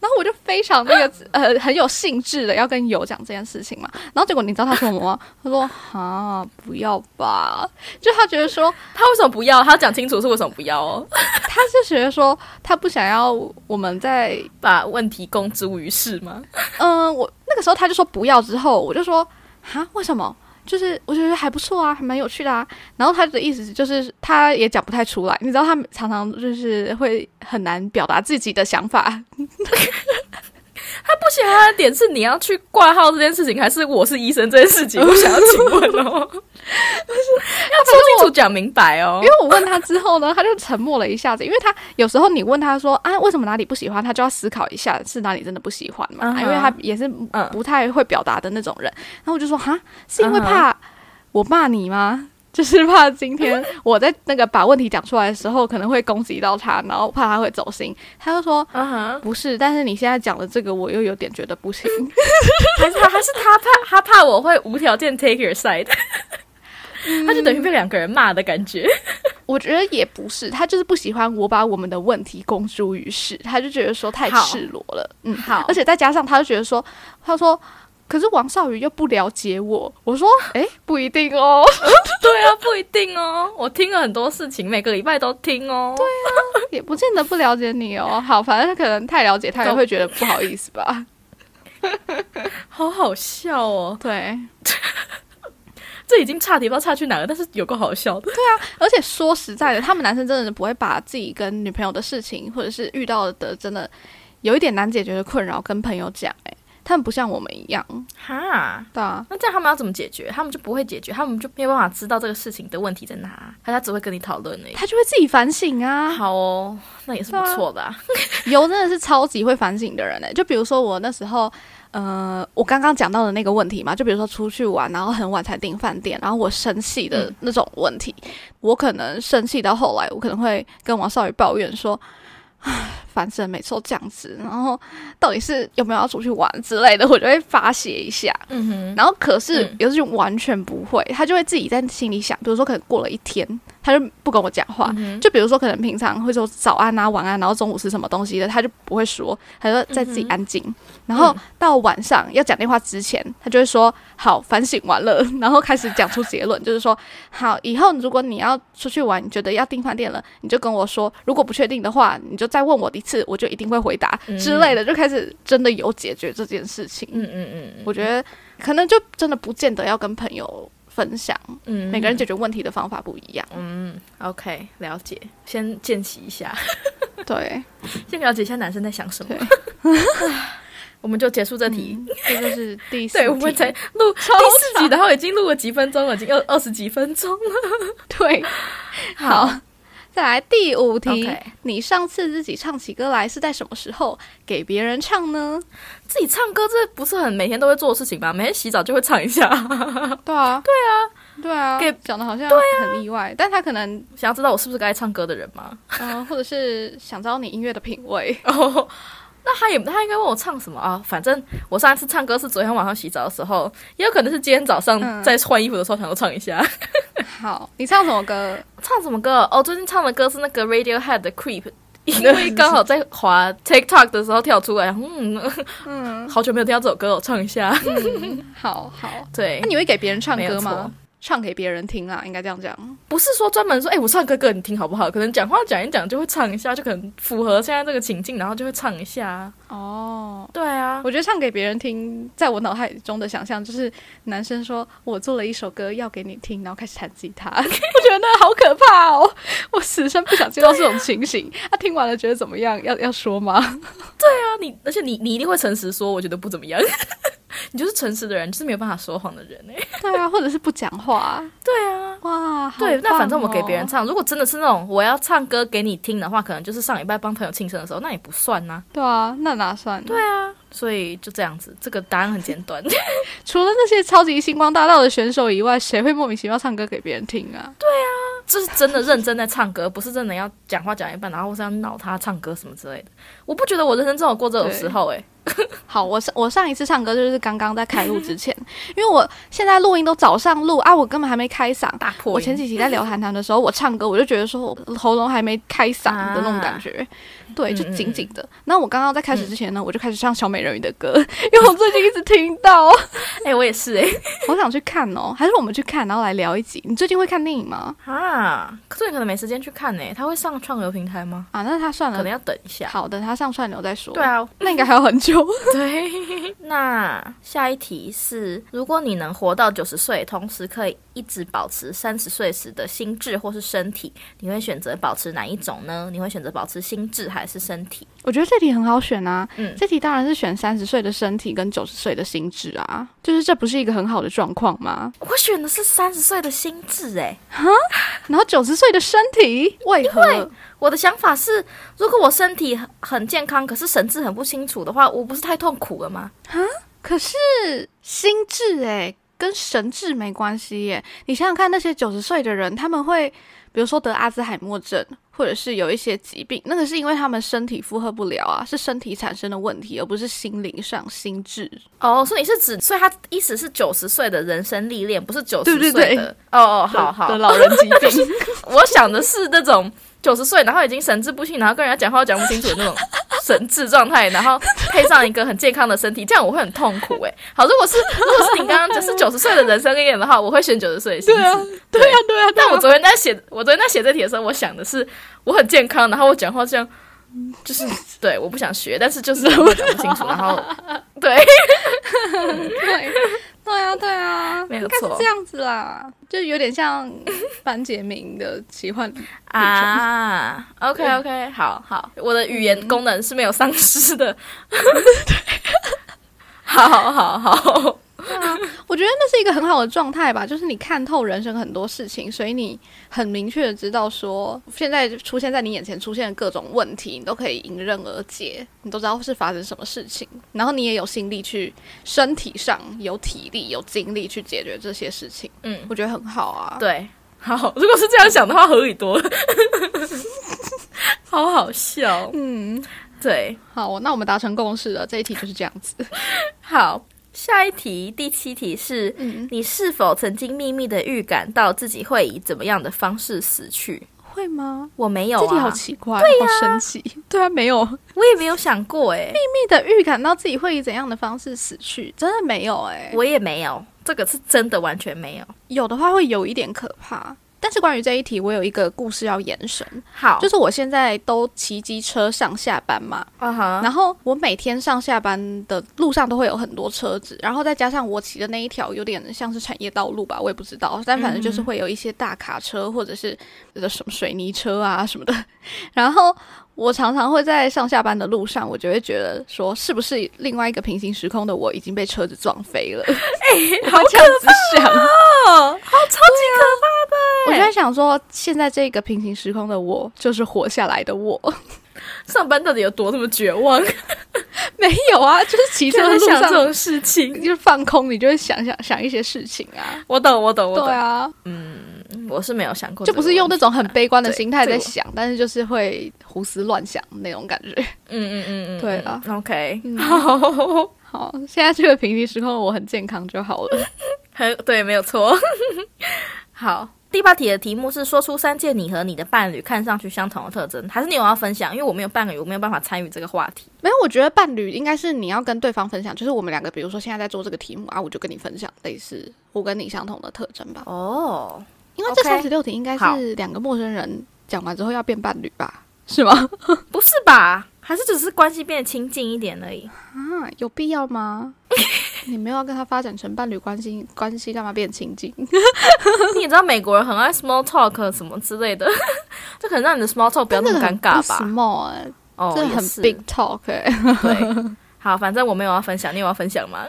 [SPEAKER 3] 然后我就非常那个 呃很有兴致的要跟友讲这件事情嘛。然后结果你知道他说什么吗？ 他说啊，不要吧，就他觉得说。
[SPEAKER 2] 他为什么不要？他要讲清楚是为什么不要哦，
[SPEAKER 3] 他是觉得说他不想要我们在，
[SPEAKER 2] 把问题公诸于世吗？
[SPEAKER 3] 嗯、我那个时候他就说不要，之后我就说啊，为什么？就是我觉得还不错啊，还蛮有趣的啊。然后他的意思就是他也讲不太出来，你知道他常常就是会很难表达自己的想法。
[SPEAKER 2] 不喜欢的点是你要去挂号这件事情，还是我是医生这件事情？我想要请问哦，要说清楚讲明白哦
[SPEAKER 3] 因。为我问他之后呢，他就沉默了一下子，因为他有时候你问他说啊，为什么哪里不喜欢，他就要思考一下是哪里真的不喜欢嘛
[SPEAKER 2] 嗯哼
[SPEAKER 3] 因为他也是
[SPEAKER 2] 嗯
[SPEAKER 3] 不太会表达的那种人。然后我就说哈，是因为怕我骂你吗？就是怕今天我在那个把问题讲出来的时候，可能会攻击到他，然后怕他会走心。他就说
[SPEAKER 2] 嗯哼，
[SPEAKER 3] 不是，但是你现在讲的这个，我又有点觉得不行。
[SPEAKER 2] 还是他，还是他怕，他怕我会无条件 take your side，他就等于被两个人骂的感觉。
[SPEAKER 3] 我觉得也不是，他就是不喜欢我把我们的问题公诸于世，他就觉得说太
[SPEAKER 2] 好
[SPEAKER 3] 赤裸了。嗯，
[SPEAKER 2] 好
[SPEAKER 3] 而且再加上他就觉得说，他说。可是王少宇又不了解我，我说，哎、不一定哦。
[SPEAKER 2] 对啊，不一定哦。我听了很多事情，每个礼拜都听哦。对，
[SPEAKER 3] 也不见得不了解你哦。好，反正他可能太了解，他也
[SPEAKER 2] 懂
[SPEAKER 3] 会觉得不好意思吧。
[SPEAKER 2] 好好笑哦。
[SPEAKER 3] 对，
[SPEAKER 2] 这已经差题不知道差去哪了，但是有个好笑的。
[SPEAKER 3] 而且说实在的，他们男生真的不会把自己跟女朋友的事情，或者是遇到的真的有一点难解决的困扰跟朋友讲、诶，他们不像我们一样，
[SPEAKER 2] 哈，
[SPEAKER 3] 对啊，
[SPEAKER 2] 那这样他们要怎么解决？他们就不会解决，他们就没有办法知道这个事情的问题在哪，他他只会跟你讨论而已。
[SPEAKER 3] 他就会自己反省啊。
[SPEAKER 2] 好哦，那也是不错的、啊。
[SPEAKER 3] 油真的是超级会反省的人欸呢、就比如说我那时候，呃，我刚刚讲到的那个问题嘛，就比如说出去玩，然后很晚才订饭店，然后我生气的那种问题，我可能生气到后来，我可能会跟王少宇抱怨说。唉，反正每次都这样子，然后到底是有没有要出去玩之类的，我就会发泄一下。
[SPEAKER 2] 嗯哼，
[SPEAKER 3] 然后可是
[SPEAKER 2] 嗯
[SPEAKER 3] 有些人完全不会，他就会自己在心里想，比如说可能过了一天，他就不跟我讲话。就比如说可能平常会说早安啊、晚安，然后中午吃什么东西的，他就不会说，他就在自
[SPEAKER 2] 嗯
[SPEAKER 3] 己安静。然后到晚上要讲电话之前，他就会说好，反省完了， 然后开始讲出结论，就是说好，以后如果你要出去玩，你觉得要订饭店了，你就跟我说，如果不确定的话，你就再问我一次，我就一定会回答、
[SPEAKER 2] 嗯
[SPEAKER 3] 之类的，就开始真的有解决这件事情。
[SPEAKER 2] 嗯嗯嗯嗯，
[SPEAKER 3] 我觉得可能就真的不见得要跟朋友分享，
[SPEAKER 2] 嗯
[SPEAKER 3] 每个人解决问题的方法不一样。
[SPEAKER 2] 嗯，OK，了解。先见习一 下，
[SPEAKER 3] 对，
[SPEAKER 2] 先了解一下男生在想什么
[SPEAKER 3] 对。
[SPEAKER 2] 我们就结束这题。
[SPEAKER 3] 嗯这就是第 四
[SPEAKER 2] 对，我们才
[SPEAKER 3] 题。
[SPEAKER 2] 录第四集，然后已经录了几分钟了，已经二二十几分钟了。
[SPEAKER 3] 对，好，再来第五题
[SPEAKER 2] OK
[SPEAKER 3] 你上次自己唱起歌来是在什么时候给别人唱呢？
[SPEAKER 2] 自己唱歌这不是很每天都会做的事情吗？每天洗澡就会唱一下。
[SPEAKER 3] 对啊，对啊，对啊，
[SPEAKER 2] 给啊
[SPEAKER 3] 讲的好像很意外，但他可能
[SPEAKER 2] 想要知道我是不是个爱唱歌的人吗？。
[SPEAKER 3] 呃，或者是想知道你音乐的品味
[SPEAKER 2] 哦，那他也他应该问我唱什么啊？反正我上一次唱歌是昨天晚上洗澡的时候，也有可能是今天早上
[SPEAKER 3] 嗯
[SPEAKER 2] 在换衣服的时候想要唱一下。
[SPEAKER 3] 好，你唱什么歌？
[SPEAKER 2] 唱什么歌？哦，最近唱的歌是那个 Radiohead 的 Creep。因为刚好在滑 TikTok 的时候跳出来，嗯，
[SPEAKER 3] 嗯，
[SPEAKER 2] 好久没有听到这首歌，我唱一下。
[SPEAKER 3] 好好。
[SPEAKER 2] 对
[SPEAKER 3] 那，你会给别人唱
[SPEAKER 2] 没有
[SPEAKER 3] 歌
[SPEAKER 2] 错
[SPEAKER 3] 吗？唱给别人听啊，应该这样讲。
[SPEAKER 2] 不是说专门说，哎、我唱歌歌你听好不好？可能讲话讲一讲就会唱一下，就可能符合现在这个情境，然后就会唱一下。
[SPEAKER 3] 哦，
[SPEAKER 2] 对啊，
[SPEAKER 3] 我觉得唱给别人听，在我脑海中的想象就是男生说我做了一首歌要给你听，然后开始弹吉 他，我觉得那好可怕哦！我此生不想见到这种情形。他、听完了觉得怎么样？要要说吗？
[SPEAKER 2] 那你而且你你一定会诚实说，我觉得不怎么样。 你就是诚实的人，就是没有办法说谎的人哎、
[SPEAKER 3] 对啊，或者是不讲话？
[SPEAKER 2] 对啊，
[SPEAKER 3] 哇，好
[SPEAKER 2] 对，那
[SPEAKER 3] 棒
[SPEAKER 2] 反正我给别人
[SPEAKER 3] 哦
[SPEAKER 2] 唱，如果真的是那种我要唱歌给你听的话，可能就是上礼拜帮朋友庆生的时候，那也不算呐、
[SPEAKER 3] 对啊，那哪算？对，
[SPEAKER 2] 所以就这样子，这个答案很简短。
[SPEAKER 3] 除了那些超级星光大道的选手以外，谁会莫名其妙唱歌给别人听啊？
[SPEAKER 2] 这是真的认真在唱歌，不是真的要讲话讲一半，然后或是要闹他唱歌什么之类的。我不觉得我人生中有过这种时候哎、
[SPEAKER 3] 好，我上我上一次唱歌就是刚刚在开录之前，因为我现在录音都早上录啊，我根本还没开嗓。
[SPEAKER 2] 大破音。
[SPEAKER 3] 我前几期在聊谈谈的时候，我唱歌我就觉得说我喉咙还没开嗓的那种感觉，对，就
[SPEAKER 2] 啊嗯嗯嗯
[SPEAKER 3] 紧紧的。那我刚刚在开始之前呢，我就开始唱小美人鱼的歌， 因为我最近一直听 到，
[SPEAKER 2] 哎、我也是哎、
[SPEAKER 3] 好想去看哦。还是我们去看，然后来聊一集。你最近会看电影吗？
[SPEAKER 2] 啊，可是你可能没时间去看呢、欸他会上串流平台吗？
[SPEAKER 3] 啊，那他算
[SPEAKER 2] 可
[SPEAKER 3] 了
[SPEAKER 2] 能，要等一下。
[SPEAKER 3] 好的，他上串流再说。
[SPEAKER 2] 呃对，啊，
[SPEAKER 3] 那应该还有很久。
[SPEAKER 2] 对，那下一题是：如果你能活到九十岁，同时可以一直保持三十岁时的心智或是身体，你会选择保持哪一种呢？你会选择保持心智还是身体？
[SPEAKER 3] 我觉得这题很好选啊，
[SPEAKER 2] 嗯
[SPEAKER 3] 这题当然是选三十岁的身体跟九十岁的心智啊，就是这不是一个很好的状况吗？
[SPEAKER 2] 我选的是三十岁的心智、欸诶，
[SPEAKER 3] 然后九十岁的身体为何？
[SPEAKER 2] 我的想法是，如果我身体很很健康，可是神志很不清楚的话，我不是太痛苦了吗？
[SPEAKER 3] 可是心智诶、跟神智没关系耶、你想想看，那些九十岁的人，他们会比如说得阿兹海默症，或者是有一些疾病，那个是因为他们身体负荷不了啊，是身体产生的问题，而不是心灵上心智。
[SPEAKER 2] 哦，所以你是指，所以他意思是九十岁的人生历练，不是九
[SPEAKER 3] 对
[SPEAKER 2] 十
[SPEAKER 3] 对
[SPEAKER 2] 岁
[SPEAKER 3] 对
[SPEAKER 2] 的。哦哦，好好
[SPEAKER 3] 得，老人疾 病。
[SPEAKER 2] 我想的是那种九十岁，然后已经神志不清，然后跟人家讲话都讲不清楚的那种 神志状态，然后配上一个很健康的身体，这样我会很痛苦哎、好，如果是如果是你刚刚就是九十岁的人生历练的话，我会选九十岁的心智。
[SPEAKER 3] 对啊对啊，对啊，
[SPEAKER 2] 但我昨天在写，我昨天在写这题的时候，我想的是我很健康，然后我讲话这样，就是对，我不想学，但是就是我讲不清楚，然后对，
[SPEAKER 3] 对，对啊，对啊，
[SPEAKER 2] 没有
[SPEAKER 3] 应该是
[SPEAKER 2] 错
[SPEAKER 3] 这样子啦，就有点像班杰明的奇幻。
[SPEAKER 2] 啊，OK OK，好好，我的语言功能是没有丧失的。好好好，
[SPEAKER 3] 我觉得那是一个很好的状态吧，就是你看透人生很多事情，所以你很明确的知道说，现在出现在你眼前出现的各种问题，你都可以迎刃而解，你都知道是发生什么事情，然后你也有心力去身体上有体力有精力去解决这些事情，
[SPEAKER 2] 嗯，
[SPEAKER 3] 我觉得很好啊。，
[SPEAKER 2] 对，好。如果是这样想的话，合理多 了，好好笑。
[SPEAKER 3] 嗯，
[SPEAKER 2] 对，
[SPEAKER 3] 好，那我们达成共识了，这一题就是这样子。
[SPEAKER 2] 好，下一题，第七题是：
[SPEAKER 3] 嗯，
[SPEAKER 2] 你是否曾经秘密的预感到自己会以怎么样的方式死去？
[SPEAKER 3] 会吗？
[SPEAKER 2] 我没有
[SPEAKER 3] 这题好
[SPEAKER 2] 啊，
[SPEAKER 3] 奇怪，好神奇。对啊，没有秘
[SPEAKER 2] 我也没有想过哎、
[SPEAKER 3] 密的预感到自己会以怎样的方式死去，真的没有哎、
[SPEAKER 2] 我也没有，这个是真的完全没有。
[SPEAKER 3] 有的话会有一点可怕。但是关于这一题，我有一个故事要延伸，
[SPEAKER 2] 好，
[SPEAKER 3] 就是我现在都骑机车上下班嘛，
[SPEAKER 2] 啊哈，
[SPEAKER 3] 然后我每天上下班的路上都会有很多车子，然后再加上我骑的那一条有点像是产业道路吧，我也不知道，但反正
[SPEAKER 2] 嗯
[SPEAKER 3] 就是会有一些大卡车或者是呃什么水泥车啊什么的， 然后。我常常会在上下班的路上，我就会觉得说，是不是另外一个平行时空的我已经被车子撞 飞了？哎、好这样子想，
[SPEAKER 2] 哦，好超级可怕的
[SPEAKER 3] 我
[SPEAKER 2] 欸、
[SPEAKER 3] 就在想说，现在这个平行时空的我，就是活下来的我。
[SPEAKER 2] 上班到底有多这么绝望？
[SPEAKER 3] 没有啊，就是骑车
[SPEAKER 2] 就在
[SPEAKER 3] 的路
[SPEAKER 2] 想这
[SPEAKER 3] 上，
[SPEAKER 2] 种事情。
[SPEAKER 3] 就是放空，你就会想想想一些事情啊。
[SPEAKER 2] 我懂，我懂，我
[SPEAKER 3] 对
[SPEAKER 2] 懂。
[SPEAKER 3] 啊，
[SPEAKER 2] 我是没有想过这
[SPEAKER 3] 就
[SPEAKER 2] 个问题，
[SPEAKER 3] 不是用那种很悲观的心态
[SPEAKER 2] 对
[SPEAKER 3] 在
[SPEAKER 2] 这个
[SPEAKER 3] 想，但是就是会胡思乱想那种感觉。
[SPEAKER 2] 嗯嗯嗯嗯，
[SPEAKER 3] 对啊
[SPEAKER 2] 嗯，OK，
[SPEAKER 3] 嗯
[SPEAKER 2] 好，
[SPEAKER 3] 好，现在这个平行时空的我很健康就好 了。
[SPEAKER 2] 很对，没有错。好，第八题的题目是说出三件你和你的伴侣看上去相同的特征，还是你有要分享？因为我没有伴侣，我没有办法参与这个话题。
[SPEAKER 3] 没有，我觉得伴侣应该是你要跟对方分享，就是我们两个，比如说现在在做这个题目啊，我就跟你分享类似我跟你相同的特征吧。
[SPEAKER 2] 哦，
[SPEAKER 3] 因为这
[SPEAKER 2] OK
[SPEAKER 3] 三十六题应该
[SPEAKER 2] 好
[SPEAKER 3] 是两个陌生人讲完之后要变伴侣吧？ 是吗？
[SPEAKER 2] 不是吧？还是只是关系变得亲近一点而已？
[SPEAKER 3] 啊，有必要吗？ 你没有要跟他发展成伴侣关系，关系干嘛变亲近？
[SPEAKER 2] 你也知道美国人很爱 small talk 什么之类的， 这可能让你的 small talk 不要那么尴尬吧？
[SPEAKER 3] ？small，、欸、
[SPEAKER 2] 哦，
[SPEAKER 3] 这
[SPEAKER 2] 也
[SPEAKER 3] 很
[SPEAKER 2] 是
[SPEAKER 3] big talk 哎、
[SPEAKER 2] 对， 好，反正我没有要分享，你有要分享吗？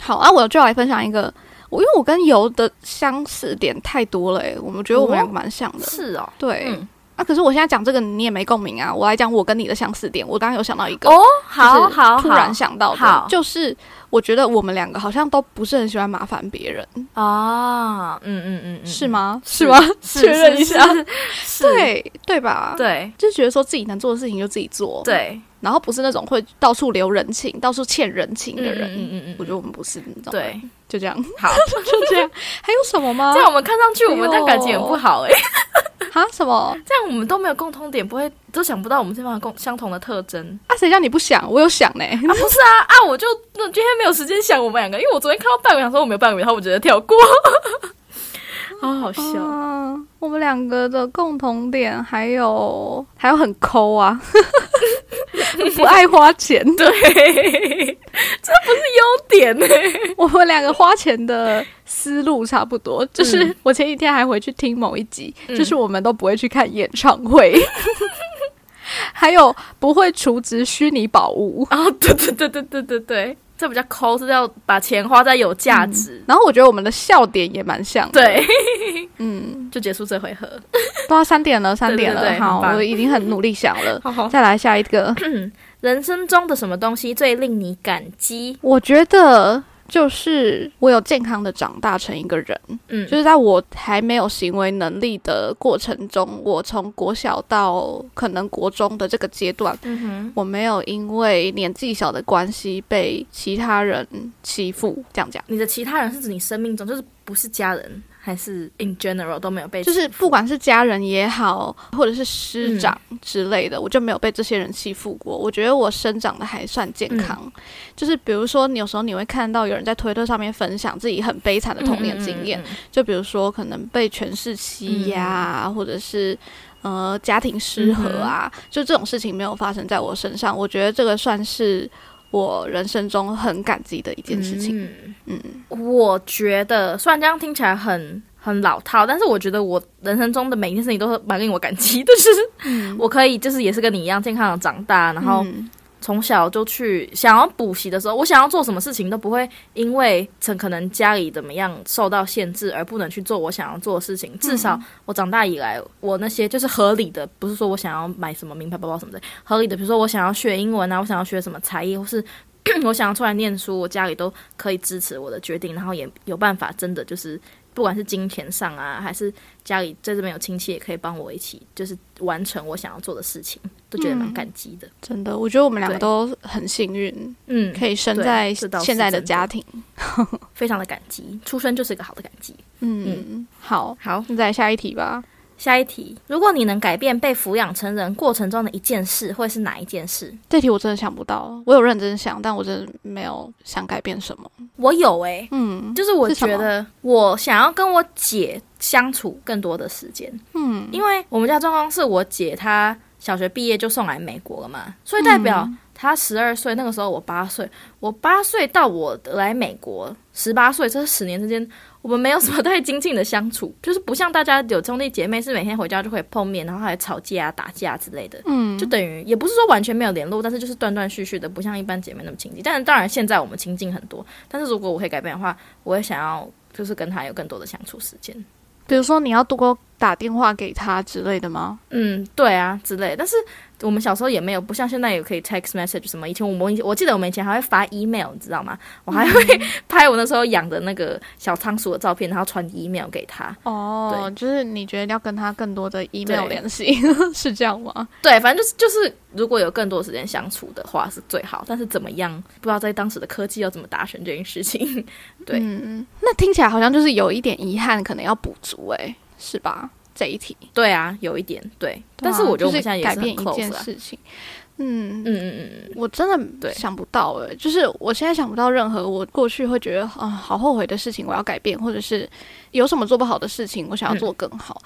[SPEAKER 3] 好啊，我就来分享一个，我因为我跟油的相似点太多了哎、我们觉得我们两个蛮像的。
[SPEAKER 2] 是哦，
[SPEAKER 3] 对、
[SPEAKER 2] 嗯，
[SPEAKER 3] 啊，可是我现在讲这个你也没共鸣啊。我来讲我跟你的相似点，我刚刚有想到一个，
[SPEAKER 2] 哦，
[SPEAKER 3] 就
[SPEAKER 2] 好
[SPEAKER 3] 是
[SPEAKER 2] 好好，
[SPEAKER 3] 突然想到的
[SPEAKER 2] 好，
[SPEAKER 3] 就是我觉得我们两个好像都不是很喜欢麻烦别人，
[SPEAKER 2] 啊，嗯嗯嗯嗯，
[SPEAKER 3] 是？吗？
[SPEAKER 2] 是
[SPEAKER 3] 吗？
[SPEAKER 2] 是
[SPEAKER 3] 确认一下，，
[SPEAKER 2] 是
[SPEAKER 3] 对对吧？
[SPEAKER 2] 是，对
[SPEAKER 3] 就觉得说自己能做的事情就自己做，，
[SPEAKER 2] 对
[SPEAKER 3] 然后不是那种会到处留人情、到处欠人情的人。
[SPEAKER 2] 嗯嗯嗯嗯嗯
[SPEAKER 3] 我觉得我们不是那种，，
[SPEAKER 2] 对，
[SPEAKER 3] 就这样，
[SPEAKER 2] 好，
[SPEAKER 3] 就这样。还有什么吗
[SPEAKER 2] 这？样我们看上
[SPEAKER 3] 哎
[SPEAKER 2] 去我们这样感情很不好哎，
[SPEAKER 3] 啊，什么
[SPEAKER 2] 这样我们都没有共通点，不会都想不到我们这方的共相同的特征
[SPEAKER 3] 啊？谁叫你不想？我有想呢。
[SPEAKER 2] 啊？不是啊啊！我就那今天没有时间想我们两个，因为我昨天看到伴侣，想说我没有伴侣，然后我觉得跳过， 好好笑。
[SPEAKER 3] 嗯，我们两个的共同点还有还有很抠啊， 不爱花钱。
[SPEAKER 2] 对，这不是优点 呢、
[SPEAKER 3] 我们两个花钱的思路差不多，就是我前几天还回去听某一集，
[SPEAKER 2] 嗯
[SPEAKER 3] 就是我们都不会去看演唱会， 还有不会储值虚拟宝物。
[SPEAKER 2] 啊、对对对对对对对，这比较抠，是要把钱花在有价值。
[SPEAKER 3] 然后我觉得我们的笑点也蛮像
[SPEAKER 2] 嗯
[SPEAKER 3] 的，
[SPEAKER 2] 对，
[SPEAKER 3] 嗯，
[SPEAKER 2] 就结束这回合。
[SPEAKER 3] 都要三点了，三点了，
[SPEAKER 2] 对对对
[SPEAKER 3] 好
[SPEAKER 2] 很，棒
[SPEAKER 3] 我已经很努力想了。
[SPEAKER 2] 好好，
[SPEAKER 3] 再来下一个，
[SPEAKER 2] 人生中的什么东西最令你感激？
[SPEAKER 3] 我觉得就是我有健康的长大成一个人，
[SPEAKER 2] 嗯，
[SPEAKER 3] 就是在我还没有行为能力的过程中，我从国小到可能国中的这个阶段，
[SPEAKER 2] 嗯哼，
[SPEAKER 3] 我没有因为年纪小的关系被其他人欺负，这样讲。
[SPEAKER 2] 你的其他人是指你生命中，就是不是家人，还是 in general 都没有被欺
[SPEAKER 3] 就
[SPEAKER 2] 负，
[SPEAKER 3] 是不管是家人也好，或者是师长之类的，我就没有被这些人欺负过。我觉得我生长的还算健康。就是比如说，你有时候你会看到有人在推特上面分享自己很悲惨的童年经验，
[SPEAKER 2] 嗯，嗯嗯嗯
[SPEAKER 3] 就比如说可能被权势
[SPEAKER 2] 嗯
[SPEAKER 3] 欺压、或者是呃家庭失和啊，就这种事情没有发生在我身上，我觉得这个算是我人生中很感激的一件事情。
[SPEAKER 2] 嗯
[SPEAKER 3] 嗯
[SPEAKER 2] 我觉得虽然这样听起来很很老套，但是我觉得我人生中的每一 件事情都是蛮令我感激的，就是我可以就是也是跟你一样健康的长大，然后
[SPEAKER 3] 嗯
[SPEAKER 2] 从小就去想要补习的时候，我想要做什么事情都不会因为曾可能家里怎么样受到限制而不能去做我想要做的事情。
[SPEAKER 3] 嗯
[SPEAKER 2] 至少我长大以来，我那些就是合理的，不是说我想要买什么名牌包包什么的，合理的，比如说我想要学英文啊，我想要学什么才艺，或是 我想要出来念书，我家里都可以支持我的决定，然后也有办法真的就是。不管是金钱上啊，还是家里在这边有亲戚，也可以帮我一起，就是完成我想要做的事情，都觉得蛮
[SPEAKER 3] 嗯
[SPEAKER 2] 感激的。
[SPEAKER 3] 真的，我觉得我们两个
[SPEAKER 2] 对
[SPEAKER 3] 都很幸运，
[SPEAKER 2] 嗯，
[SPEAKER 3] 可以生
[SPEAKER 2] 对
[SPEAKER 3] 在
[SPEAKER 2] 这倒是
[SPEAKER 3] 现在的
[SPEAKER 2] 真的
[SPEAKER 3] 家庭。
[SPEAKER 2] 非常的感激，出生就是一个好的感激。
[SPEAKER 3] 嗯，好，
[SPEAKER 2] 好，
[SPEAKER 3] 那再下一题吧。
[SPEAKER 2] 下一题，如果你能改变被抚养成人过程中的一件事，会是哪一件事？
[SPEAKER 3] 这题我真的想不到，我有认真想，但我真的没有想改变什么。
[SPEAKER 2] 我有欸诶、
[SPEAKER 3] 嗯
[SPEAKER 2] 就是我
[SPEAKER 3] 是什么
[SPEAKER 2] 觉得我想要跟我姐相处更多的时间，
[SPEAKER 3] 嗯，
[SPEAKER 2] 因为我们家状况是我姐她小学毕业就送来美国了嘛，所以代表
[SPEAKER 3] 嗯
[SPEAKER 2] 她十二岁那个时候我八岁，我八岁到我来美国十八岁这十年之间，我们没有什么太精进的相处， 就是不像大家有兄弟姐妹是每天回家就会碰面，然后还吵架、啊、打架之类的，
[SPEAKER 3] 嗯，
[SPEAKER 2] 就等于也不是说完全没有联络，但是就是断断续续的，不像一般姐妹那么亲近。但是当然现在我们亲近很多，但是如果我可以改变的话，我也想要就是跟她有更多的相处时间。
[SPEAKER 3] 比如说你要多打电话给他之类的吗？
[SPEAKER 2] 嗯，对啊，之类的。但是我们小时候也没有，不像现在也可以 text message 什么。以前我们我记得我们以前还会发 email，你知道吗？我还会
[SPEAKER 3] 嗯
[SPEAKER 2] 拍我那时候养的那个小仓鼠的照片，然后传 email 给他。
[SPEAKER 3] 哦，就是你觉得要跟他更多的 email
[SPEAKER 2] 对
[SPEAKER 3] 联系， 是这样吗？
[SPEAKER 2] 对，反正就是就是，如果有更多时间相处的话是最好。但是怎么样，不知道在当时的科技要怎么达成这件事情。 对
[SPEAKER 3] 嗯，那听起来好像就是有一点遗憾，可能要补足、诶，是吧？这一题，
[SPEAKER 2] 对啊，有一点对，
[SPEAKER 3] 对啊
[SPEAKER 2] 但是我觉得我们现
[SPEAKER 3] 就
[SPEAKER 2] 在
[SPEAKER 3] 是
[SPEAKER 2] 也
[SPEAKER 3] 改
[SPEAKER 2] 很
[SPEAKER 3] 变一
[SPEAKER 2] close
[SPEAKER 3] 件
[SPEAKER 2] 啊。
[SPEAKER 3] 事情，嗯，
[SPEAKER 2] 嗯嗯嗯嗯，
[SPEAKER 3] 我真的
[SPEAKER 2] 对
[SPEAKER 3] 想不到诶，就是我现在想不到任何我过去会觉得啊、好后悔的事情，我要改变，或者是有什么做不好的事情，我想要做更好。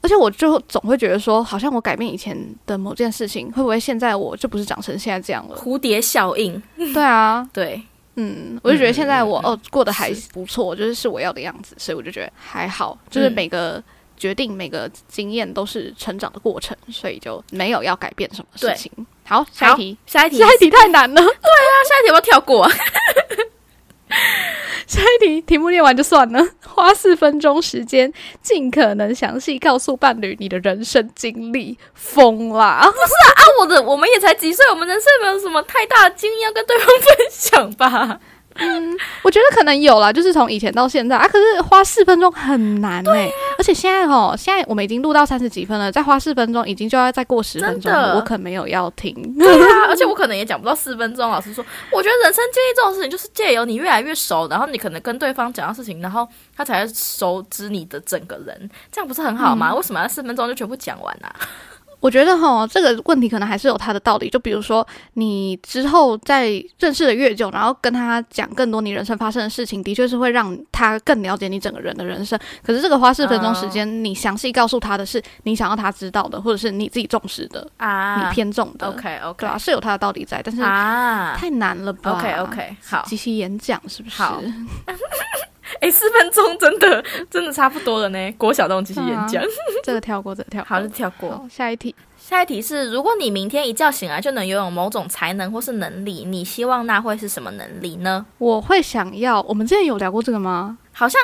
[SPEAKER 3] 而且我最后总会觉得说，好像我改变以前的某件事情，会不会现在我就不是长成现在这样 了？
[SPEAKER 2] 蝴蝶效应，
[SPEAKER 3] 对啊，
[SPEAKER 2] 对，
[SPEAKER 3] 嗯，我就觉得现在我、
[SPEAKER 2] 嗯嗯
[SPEAKER 3] 哦过得还不错，就是是我要的样子，所以我就觉得还好，就是每个决定、每个经验都是成长的过程，所以就没有要改变什么事情。好，下一题，
[SPEAKER 2] 下 一题，
[SPEAKER 3] 下一题太难了，
[SPEAKER 2] 下一题要不要跳过啊？
[SPEAKER 3] 下一题题目念完就算了，花四分钟时间，尽可能详细告诉伴侣你的人生经历，疯啦！
[SPEAKER 2] 我的我们也才几岁，我们人生没有什么太大的经验要跟对方分享 吧？
[SPEAKER 3] 我觉得可能有啦，就是从以前到现在啊，可是花四分钟很难呢、
[SPEAKER 2] 啊
[SPEAKER 3] 而且现在哦，现在我们已经录到三十几分了，再花四分钟已经就要再过十分钟
[SPEAKER 2] 真
[SPEAKER 3] 了，
[SPEAKER 2] 的
[SPEAKER 3] 我可没有要听。
[SPEAKER 2] 对啊，而且我可能也讲不到四分钟。老实说，我觉得人生经历这种事情，就是借由你越来越熟，然后你可能跟对方讲到事情，然后他才会熟知你的整个人，这样不是很好
[SPEAKER 3] 嗯
[SPEAKER 2] 吗？为什么要四分钟就全部讲完啊？
[SPEAKER 3] 我觉得哈，这个问题可能还是有它的道理。就比如说，你之后在认识的越久，然后跟他讲更多你人生发生的事情，的确是会让他更了解你整个人的人生。可是这个花四分钟
[SPEAKER 2] 嗯
[SPEAKER 3] 时间，你详细告诉他的是你想要他知道的，或者是你自己重视的，
[SPEAKER 2] 啊
[SPEAKER 3] 你偏重的。
[SPEAKER 2] OK
[SPEAKER 3] 对
[SPEAKER 2] OK
[SPEAKER 3] 啊，是有它的道理在，但是
[SPEAKER 2] 啊
[SPEAKER 3] 太难了吧
[SPEAKER 2] ，OK OK，好，
[SPEAKER 3] 即席演讲是不是？
[SPEAKER 2] 好哎，四分钟真的真的差不多了呢。国小那种即兴演讲，
[SPEAKER 3] 这个跳过，这个跳过。
[SPEAKER 2] 好，就跳过。
[SPEAKER 3] 好，下一题。
[SPEAKER 2] 下一题是：如果你明天一觉醒来就能拥有某种才能或是能力，你希望那会是什么能力呢？
[SPEAKER 3] 我会想要，我们之前有聊过这个 吗？
[SPEAKER 2] 好像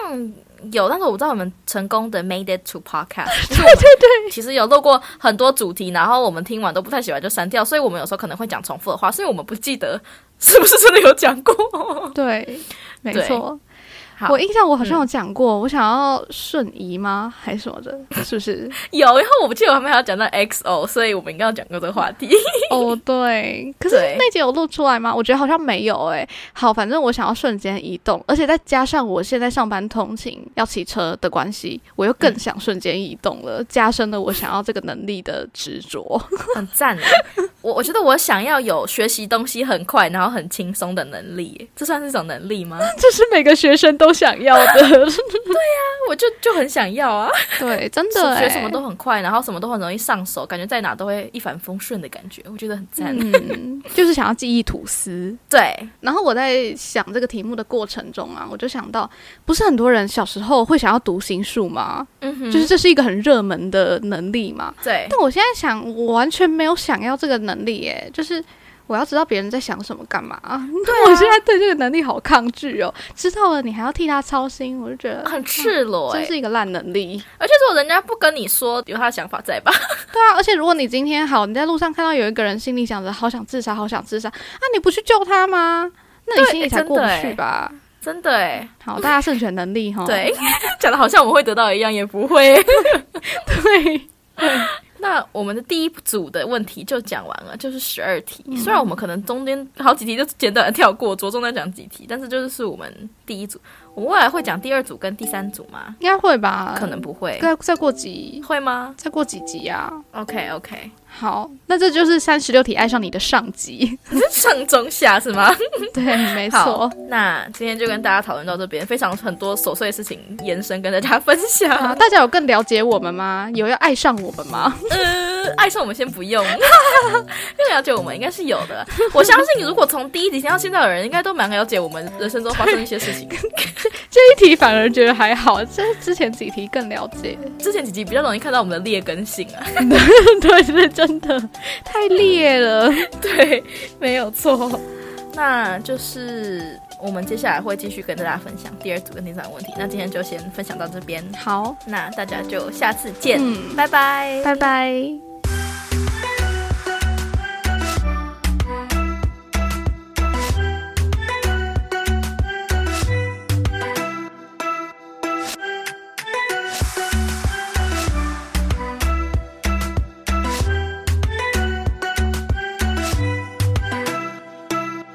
[SPEAKER 2] 有，但是我不知道我们成功的 made it to podcast。对 对对，其实有录过很多主题，然后我们听完都不太喜欢就删掉，所以我们有时候可能会讲重复的话，是因为我们不记得是不是真的有讲过。
[SPEAKER 3] 对，没错。
[SPEAKER 2] 好嗯
[SPEAKER 3] 我印象我好像有讲过，我想要瞬移吗？还是什么的？是 不是？
[SPEAKER 2] 有，然后我记得我们还要讲到 XO，所以我们应该要讲过这个话题。
[SPEAKER 3] 哦，对。可是
[SPEAKER 2] 对
[SPEAKER 3] 那集有录出来吗？我觉得好像没有诶、好，反正我想要瞬间移动，而且再加上我现在上班通勤要骑车的关系，我又
[SPEAKER 2] 嗯
[SPEAKER 3] 更想瞬间移动了，加深了我想要这个能力的执着。
[SPEAKER 2] 很赞耶！我我觉得我想要有学习东西很快，然后很轻松的能力耶，这算是一种能力吗？
[SPEAKER 3] 这是每个学生都想要的。
[SPEAKER 2] 我就就很想要啊，
[SPEAKER 3] 对，真的、欸
[SPEAKER 2] 学什么都。很快，然后什么都很容易上手，感觉在哪都会一帆风顺的感觉，我觉得很赞。
[SPEAKER 3] 嗯，就是想要记忆吐司。
[SPEAKER 2] 对，
[SPEAKER 3] 然后我在想这个题目的过程中啊，我就想到，不是很多人小时候会想要读心术吗？
[SPEAKER 2] 嗯哼，
[SPEAKER 3] 就是这是一个很热门的能力嘛。
[SPEAKER 2] 对，
[SPEAKER 3] 但我现在想，我完全没有想要这个能力耶，就是我要知道别人在想什么干嘛啊？ 我现在对这个能力好抗拒哦。知道了，你还要替他操心，我就觉得
[SPEAKER 2] 很赤裸哎、
[SPEAKER 3] 真呃是一个烂能力。
[SPEAKER 2] 而且如果人家不跟你说有他的想法在吧，
[SPEAKER 3] 对啊，而且如果你今天好，你在路上看到有一个人心里想着好想自杀，好想自杀，啊，你不去救他吗？那你
[SPEAKER 2] 对
[SPEAKER 3] 心里
[SPEAKER 2] 诶
[SPEAKER 3] 才
[SPEAKER 2] 真的
[SPEAKER 3] 过不
[SPEAKER 2] 诶
[SPEAKER 3] 去吧？
[SPEAKER 2] 真的哎、
[SPEAKER 3] 好，大家慎选能力哈。
[SPEAKER 2] 对， 讲的好像我们会得到一样，也不会。
[SPEAKER 3] 对，
[SPEAKER 2] 那我们的第一组的问题就讲完了，就是十二题。
[SPEAKER 3] 嗯
[SPEAKER 2] 虽然我们可能中间好几题就简短的跳过，着重在讲几题，但是就是是我们第一组。我们未来会讲第二组跟第三组吗？
[SPEAKER 3] 应该会吧？
[SPEAKER 2] 可能不会，
[SPEAKER 3] 再再过几
[SPEAKER 2] 会吗
[SPEAKER 3] 再过几集啊。
[SPEAKER 2] ？OK OK，
[SPEAKER 3] 好，那这就是三十六题爱上你的上 集。
[SPEAKER 2] 上中下是吗？
[SPEAKER 3] 对，没
[SPEAKER 2] 好
[SPEAKER 3] 错。，啊
[SPEAKER 2] 那今天就跟大家讨论到这边，非常很多琐碎的事情延伸跟大家分
[SPEAKER 3] 啊，
[SPEAKER 2] 享。
[SPEAKER 3] 大家有更了解我们吗？有要爱上我们 吗？
[SPEAKER 2] 呃，爱上我们先不用， 更了解我们应该是有的。我相信如果从第一集听到现在的人，应该都蛮了解我们人生中发生的一些事 情。
[SPEAKER 3] 这一题反而觉得还好，这之前几题更了 解。
[SPEAKER 2] 之前几集比较容易看到我们的劣根性啊，
[SPEAKER 3] 对，是真的太烈了。
[SPEAKER 2] 对，没有错。那就是我们接下来会继续跟大家分享第二组跟第三组问题。那今天就先分享到这边，
[SPEAKER 3] 好，
[SPEAKER 2] 那大家就下次见，
[SPEAKER 3] 嗯
[SPEAKER 2] 拜拜。
[SPEAKER 3] 拜拜。